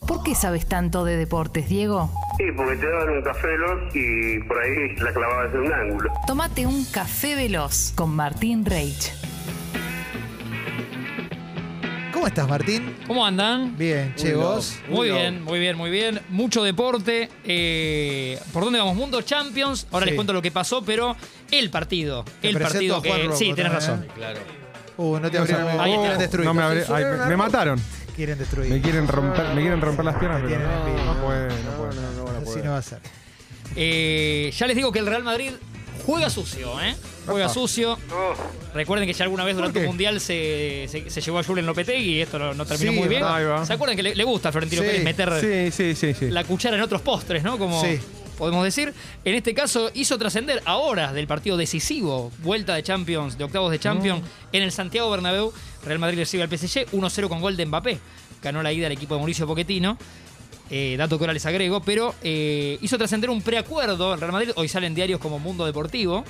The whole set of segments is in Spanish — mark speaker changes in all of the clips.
Speaker 1: ¿Por qué sabes tanto de deportes, Diego?
Speaker 2: Sí, porque te daban un café veloz y por ahí la clavabas en un ángulo.
Speaker 1: Tómate un café veloz con Martín Reich.
Speaker 3: ¿Cómo estás, Martín?
Speaker 4: ¿Cómo andan?
Speaker 3: Bien, che, vos.
Speaker 4: Muy
Speaker 2: Uno.
Speaker 4: bien, muy bien, muy bien. Mucho deporte. Eh, ¿Por dónde vamos? Mundo Champions. Ahora
Speaker 3: Sí.
Speaker 4: les cuento lo que pasó, pero el partido.
Speaker 3: Te
Speaker 4: el
Speaker 3: presento a
Speaker 4: partido que.
Speaker 3: Juan Rocco
Speaker 4: sí, tenés
Speaker 3: también,
Speaker 4: razón.
Speaker 3: ¿eh?
Speaker 4: Claro.
Speaker 3: Uh, no te
Speaker 5: No
Speaker 3: abrieron.
Speaker 5: sabemos.
Speaker 3: vos,
Speaker 4: Ahí
Speaker 3: quieren
Speaker 4: está.
Speaker 3: destruir.
Speaker 5: No me abrí- ay, me- me mataron.
Speaker 3: Quieren destruir.
Speaker 5: Me quieren romper, me quieren romper las piernas,
Speaker 3: Te
Speaker 5: pero
Speaker 3: tienen
Speaker 5: no,
Speaker 3: envidia.
Speaker 5: no puede, no puede.
Speaker 3: Así no va a ser.
Speaker 4: Eh, ya les digo que el Real Madrid juega sucio, ¿eh? Juega sucio. Recuerden que ya alguna vez durante
Speaker 5: qué?
Speaker 4: un mundial se, se- se llevó a Julen Lopetegui y esto no, no terminó
Speaker 3: Sí,
Speaker 4: muy bien.
Speaker 5: ahí va.
Speaker 4: ¿Se acuerdan que le, le gusta a Florentino
Speaker 3: Sí,
Speaker 4: Pérez meter
Speaker 5: Sí, sí, sí, sí.
Speaker 4: la cuchara en otros postres, ¿no? Como
Speaker 3: Sí.
Speaker 4: podemos decir. En este caso hizo trascender a horas del partido decisivo, vuelta de Champions, de octavos de Champions,
Speaker 5: Mm.
Speaker 4: en el Santiago Bernabéu. Real Madrid recibe al PSG 1-0 con gol de Mbappé. Ganó la ida al equipo de Mauricio Pochettino. Eh, dato que ahora les agrego, pero eh, hizo trascender un preacuerdo en Real Madrid. Hoy salen diarios como Mundo Deportivo.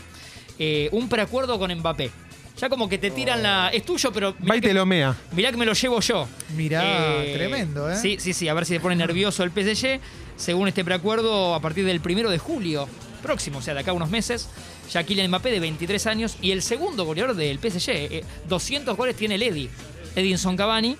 Speaker 4: eh, un preacuerdo con Mbappé. Ya como que te
Speaker 5: Oh.
Speaker 4: tiran la. Es tuyo, pero. mirá
Speaker 5: Va y
Speaker 4: que-
Speaker 5: te lomea.
Speaker 4: Mirá que me lo llevo yo.
Speaker 3: Mirá, tremendo, ¿eh?
Speaker 4: Sí, sí, sí, a ver si se pone nervioso el PSG. Según este preacuerdo, a partir del primero de julio próximo, o sea, de acá a unos meses, ya Kylian Mbappé de 23 años y el segundo goleador del PSG. eh, 200 goles tiene el Eddy, Edinson Cavani.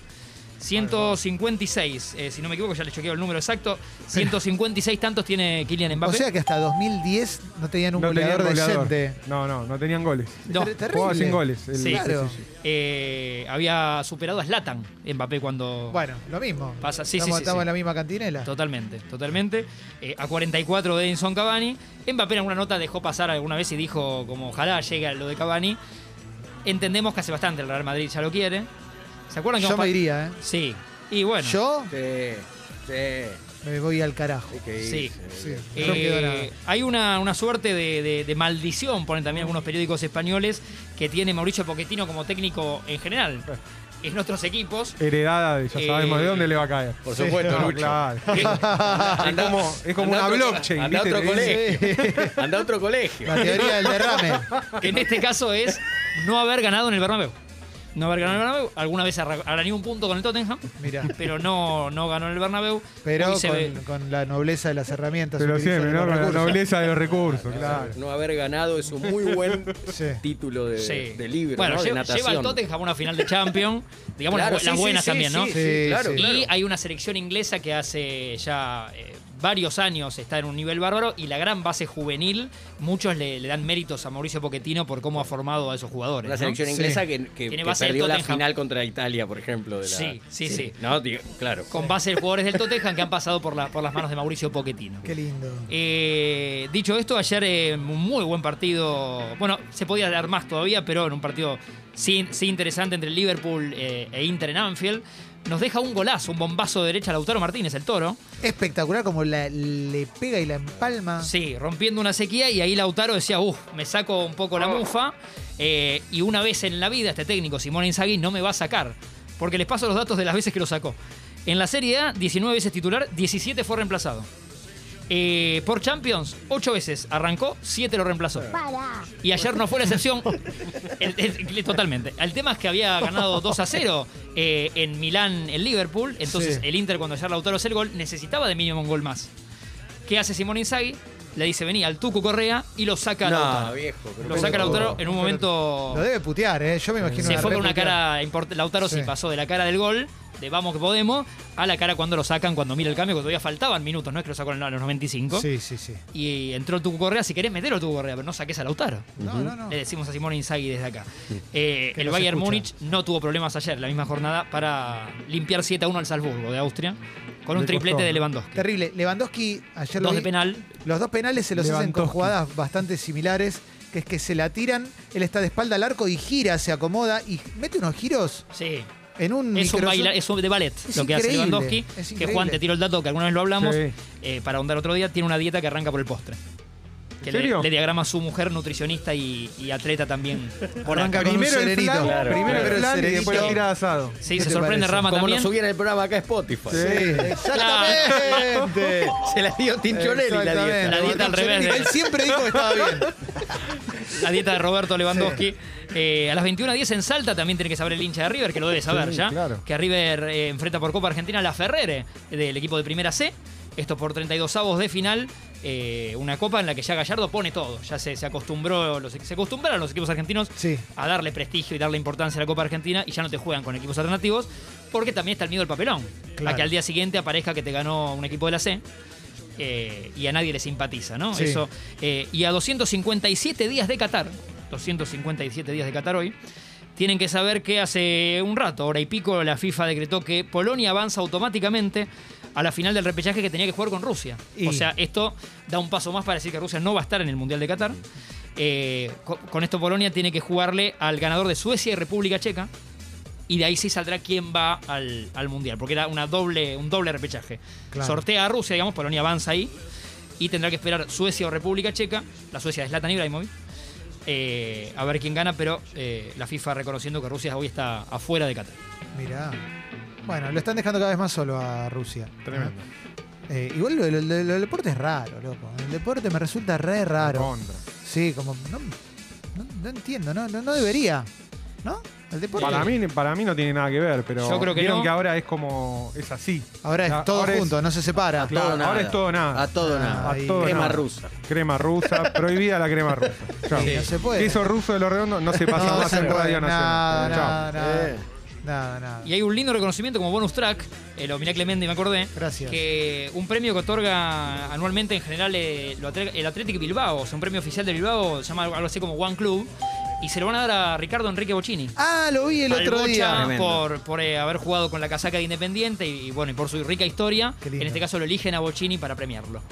Speaker 4: 156, eh, si no me equivoco, ya le chequeo el número exacto. 156 tantos tiene Kylian
Speaker 3: O
Speaker 4: Mbappé.
Speaker 3: sea que hasta 2010 no tenían un
Speaker 5: No tenían
Speaker 3: goleador
Speaker 5: goleador.
Speaker 3: decente.
Speaker 5: No, no, no tenían goles.
Speaker 4: No.
Speaker 3: Ter- terrible.
Speaker 5: Jugaba sin goles. el
Speaker 4: Sí.
Speaker 3: Claro.
Speaker 5: PSG.
Speaker 4: Eh, había superado a Zlatan Mbappé cuando
Speaker 3: Bueno, lo mismo.
Speaker 4: Pasa- sí, sí,
Speaker 3: estamos
Speaker 4: sí,
Speaker 3: estamos
Speaker 4: sí.
Speaker 3: en la misma cantinela.
Speaker 4: Totalmente, totalmente. Eh, a 44 de Edinson Cavani. Mbappé en alguna nota dejó pasar alguna vez y dijo como ojalá llegue a lo de Cavani. Entendemos que hace bastante el Real Madrid ya lo quiere. ¿Se acuerdan que
Speaker 3: Yo
Speaker 4: hemos
Speaker 3: me
Speaker 4: pa-
Speaker 3: iría, ¿eh?
Speaker 4: Sí. Y bueno.
Speaker 3: Yo
Speaker 6: Sí, sí.
Speaker 3: me voy al carajo.
Speaker 6: hay que
Speaker 4: Sí.
Speaker 6: irse,
Speaker 3: Sí,
Speaker 6: bien.
Speaker 3: yo no
Speaker 4: Eh,
Speaker 3: quedo nada.
Speaker 4: hay una, una suerte de, de- de maldición, ponen también algunos periódicos españoles, que tiene Mauricio Pochettino como técnico en general en otros equipos.
Speaker 5: Heredada de ya sabemos
Speaker 4: Eh,
Speaker 5: de dónde le va a caer.
Speaker 6: Por supuesto,
Speaker 5: No,
Speaker 6: Lucho.
Speaker 5: claro.
Speaker 6: Anda-
Speaker 5: Es como- es como una
Speaker 6: anda a otro-
Speaker 5: blockchain,
Speaker 6: Anda a
Speaker 5: ¿viste?
Speaker 6: otro colegio. Anda a otro colegio.
Speaker 3: La teoría del derrame.
Speaker 4: que en este caso es no haber ganado en el Bernabéu. No haber ganado en el Bernabéu. Alguna vez arra- arañó un punto con el Tottenham,
Speaker 3: Mirá.
Speaker 4: pero no, no ganó en el Bernabéu.
Speaker 3: Pero
Speaker 4: Hoy se ve-
Speaker 3: con, con la nobleza de las herramientas.
Speaker 5: Pero
Speaker 3: utilizan
Speaker 5: siempre,
Speaker 3: los
Speaker 5: ¿no? Con la
Speaker 3: recursos.
Speaker 5: nobleza de los recursos, claro.
Speaker 6: No haber ganado es un muy buen
Speaker 3: Sí.
Speaker 6: título de,
Speaker 4: sí.
Speaker 6: eh, de libro,
Speaker 4: Bueno,
Speaker 6: ¿no? de
Speaker 4: lleva,
Speaker 6: natación.
Speaker 4: lleva al Tottenham a una final de Champions. Digamos
Speaker 6: Claro,
Speaker 4: las, bu-
Speaker 6: sí,
Speaker 4: las
Speaker 6: sí,
Speaker 4: buenas
Speaker 6: sí,
Speaker 4: también, ¿no?
Speaker 6: Sí,
Speaker 3: Sí,
Speaker 6: sí, claro,
Speaker 3: sí.
Speaker 4: Y
Speaker 6: claro.
Speaker 4: hay una selección inglesa que hace ya eh, varios años está en un nivel bárbaro y la gran base juvenil, muchos le, le dan méritos a Mauricio Pochettino por cómo ha formado a esos jugadores.
Speaker 6: Una
Speaker 4: ¿no?
Speaker 6: selección
Speaker 3: Sí.
Speaker 6: inglesa que, que,
Speaker 4: Tiene
Speaker 6: que
Speaker 4: base de
Speaker 6: perdió la
Speaker 4: Tottenham.
Speaker 6: final contra Italia, por ejemplo. De la,
Speaker 4: Sí, sí, sí.
Speaker 6: No, digo, claro.
Speaker 4: Con base de jugadores del Tottenham que han pasado por, la- por las manos de Mauricio Pochettino.
Speaker 3: Qué lindo.
Speaker 4: Eh, dicho esto, ayer eh, un muy buen partido. Bueno, se podía dar más todavía, pero en un partido sí, sí interesante entre Liverpool eh, e Inter en Anfield. Nos deja un golazo, un bombazo de derecha a Lautaro Martínez, el toro.
Speaker 3: Espectacular como la, le pega y la empalma.
Speaker 4: Sí, rompiendo una sequía y ahí Lautaro decía, uff, me saco un poco la mufa. eh, y una vez en la vida, este técnico, Simón Inzaghi, no me va a sacar. Porque les paso los datos de las veces que lo sacó. En la Serie A, 19 veces titular, 17 fue reemplazado. Eh, por Champions, 8 veces arrancó, 7 lo reemplazó. Y ayer no fue la excepción. El- el- totalmente. El tema es que había ganado 2 a 0 eh, en Milán, en Liverpool. Entonces,
Speaker 3: Sí.
Speaker 4: el Inter, cuando ayer Lautaro hace el gol, necesitaba de mínimo un gol más. ¿Qué hace Simón Inzaghi? Le dice, vení al Tucu Correa y lo saca a
Speaker 6: No,
Speaker 4: Lautaro.
Speaker 6: Ah, viejo. pero
Speaker 4: Ah, Lo
Speaker 6: ¿cómo
Speaker 4: saca
Speaker 6: no?
Speaker 4: Lautaro en un momento...
Speaker 3: Lo debe putear, ¿eh? Yo me imagino
Speaker 4: Se fue con una
Speaker 3: reputeada.
Speaker 4: cara importante. Lautaro sí.
Speaker 3: Sí.
Speaker 4: pasó de la cara del gol, de vamos que podemos, a la cara cuando lo sacan, cuando mira el cambio, que todavía faltaban minutos, no es que lo sacó en la- a los 95.
Speaker 3: Sí, sí, sí.
Speaker 4: Y entró el Tucu Correa, si querés meterlo Tucu Correa, pero no saques a Lautaro.
Speaker 3: No, no, no.
Speaker 4: Le decimos a Simón Inzaghi desde acá. Eh,
Speaker 3: Que
Speaker 4: el
Speaker 3: nos
Speaker 4: Bayern
Speaker 3: escucha.
Speaker 4: Múnich no tuvo problemas ayer, la misma jornada, para limpiar 7 a 1 al Salzburgo de Austria, con un
Speaker 5: Le
Speaker 4: triplete
Speaker 5: costó,
Speaker 4: de
Speaker 5: ¿no?
Speaker 4: Lewandowski.
Speaker 3: Terrible. Lewandowski ayer lo
Speaker 4: Dos de
Speaker 3: vi-
Speaker 4: penal.
Speaker 3: Los dos penales se los hacen con
Speaker 5: Lewandowski.
Speaker 3: jugadas bastante similares, que es que se la tiran, él está de espalda al arco y gira, se acomoda y mete unos giros
Speaker 4: Sí.
Speaker 3: en un
Speaker 4: Es un,
Speaker 3: micro-
Speaker 4: baila- es un de ballet
Speaker 3: Es
Speaker 4: lo que hace
Speaker 3: increíble,
Speaker 4: Lewandowski.
Speaker 3: es
Speaker 4: Que Juan,
Speaker 3: increíble.
Speaker 4: te tiro el dato que alguna vez lo hablamos.
Speaker 5: Sí.
Speaker 4: eh, para ahondar otro día, tiene una dieta que arranca por el postre. Que le-
Speaker 5: serio?
Speaker 4: Le, diagrama a su mujer, nutricionista y, y atleta también. Por
Speaker 3: Arranca
Speaker 4: acá.
Speaker 3: con un
Speaker 5: Primero el
Speaker 3: serenito.
Speaker 5: flan,
Speaker 6: Claro,
Speaker 5: primero
Speaker 6: claro.
Speaker 5: el flan y
Speaker 3: Serenito.
Speaker 5: después la tirada de asado.
Speaker 4: Sí,
Speaker 3: ¿Qué
Speaker 4: se
Speaker 3: te
Speaker 4: sorprende
Speaker 3: parece?
Speaker 4: Rama
Speaker 6: Como
Speaker 4: también.
Speaker 6: lo subían el programa acá a Spotify.
Speaker 3: Sí, exactamente.
Speaker 6: Se la dio Tinchonelli la
Speaker 3: Exactamente.
Speaker 6: dieta.
Speaker 4: La dieta al revés de-
Speaker 3: Él siempre dijo que estaba bien.
Speaker 4: la dieta de Roberto Lewandowski. Eh, a las 21.10 en Salta también tiene que saber el hincha de River, que lo debe saber
Speaker 5: Sí,
Speaker 4: ya.
Speaker 5: claro.
Speaker 4: Que a River eh, enfrenta por Copa Argentina a la Ferrere eh, del equipo de Primera C. Esto por 32 avos de final. eh, una copa en la que ya Gallardo pone todo. Ya se, se acostumbró, los- se acostumbraron los equipos argentinos
Speaker 3: Sí.
Speaker 4: a darle prestigio y darle importancia a la Copa Argentina y ya no te juegan con equipos alternativos porque también está el miedo del papelón. A
Speaker 3: Claro.
Speaker 4: que al día siguiente aparezca que te ganó un equipo de la C eh, y a nadie le simpatiza, ¿no?
Speaker 3: Sí.
Speaker 4: Eso, eh, y a 257 días de Qatar, 257 días de Qatar hoy, tienen que saber que hace un rato, hora y pico, la FIFA decretó que Polonia avanza automáticamente a la final del repechaje que tenía que jugar con Rusia.
Speaker 3: Y-
Speaker 4: O sea, esto da un paso más para decir que Rusia no va a estar en el Mundial de Qatar. Eh, co- con esto Polonia tiene que jugarle al ganador de Suecia y República Checa. Y de ahí sí saldrá quién va al, al Mundial, porque era una doble, un doble repechaje.
Speaker 3: Claro.
Speaker 4: Sortea a Rusia, digamos, Polonia avanza ahí. Y tendrá que esperar Suecia o República Checa, la Suecia de Zlatan Ibrahimovic, eh, a ver quién gana, pero eh, la FIFA reconociendo que Rusia hoy está afuera de Qatar.
Speaker 3: Mirá. Bueno, lo están dejando cada vez más solo a Rusia.
Speaker 5: Tremendo.
Speaker 3: Eh, igual lo lo- lo- lo del deporte es raro, loco. El deporte me resulta re raro.
Speaker 5: Contra.
Speaker 3: Sí, como. No, no- no entiendo, no, no, no debería. ¿No? El deporte.
Speaker 5: Para mí, para mí no tiene nada que ver, pero
Speaker 4: Yo creo que
Speaker 5: vieron
Speaker 4: no.
Speaker 5: que ahora es como. Es así.
Speaker 3: Ahora es
Speaker 5: Ya,
Speaker 3: todo
Speaker 5: ahora es- Ah,
Speaker 3: junto, no se separa.
Speaker 5: Claro, ahora es todo nada.
Speaker 6: A todo nada.
Speaker 5: A
Speaker 3: Ahí.
Speaker 5: todo
Speaker 6: Crema
Speaker 5: nada.
Speaker 6: rusa.
Speaker 5: Crema rusa, prohibida la crema rusa. Chao.
Speaker 3: Sí, no se puede.
Speaker 5: Queso ruso de los redondos no se pasa
Speaker 3: No,
Speaker 5: más
Speaker 3: se
Speaker 5: en
Speaker 3: puede.
Speaker 5: Radio Nacional.
Speaker 3: Nada,
Speaker 5: Chao.
Speaker 3: nada, nada.
Speaker 6: Eh.
Speaker 3: Nada, nada.
Speaker 4: Y hay un lindo reconocimiento como bonus track, eh, lo mirá Clemente y me acordé.
Speaker 3: Gracias.
Speaker 4: Que un premio que otorga anualmente en general eh, lo atre- el Athletic Bilbao, o sea, un premio oficial de Bilbao, se llama algo así como One Club, y se lo van a dar a Ricardo Enrique Bocini.
Speaker 3: Ah, lo vi el
Speaker 4: al
Speaker 3: otro
Speaker 4: Bocha
Speaker 3: día.
Speaker 6: Tremendo.
Speaker 4: por, por, eh, haber jugado con la casaca de Independiente y, y bueno, y por su rica historia,
Speaker 3: Qué lindo.
Speaker 4: en este caso lo eligen a Bocini para premiarlo.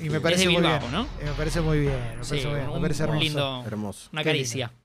Speaker 3: Y me
Speaker 4: Es
Speaker 3: parece
Speaker 4: de
Speaker 3: muy
Speaker 4: Bilbao,
Speaker 3: bien.
Speaker 4: ¿no?
Speaker 3: Eh, Me parece muy bien. Me
Speaker 4: Sí,
Speaker 3: parece muy bien.
Speaker 4: un,
Speaker 3: Me parece
Speaker 4: un
Speaker 3: hermoso.
Speaker 4: lindo,
Speaker 6: Hermoso.
Speaker 4: una
Speaker 3: Qué
Speaker 4: caricia.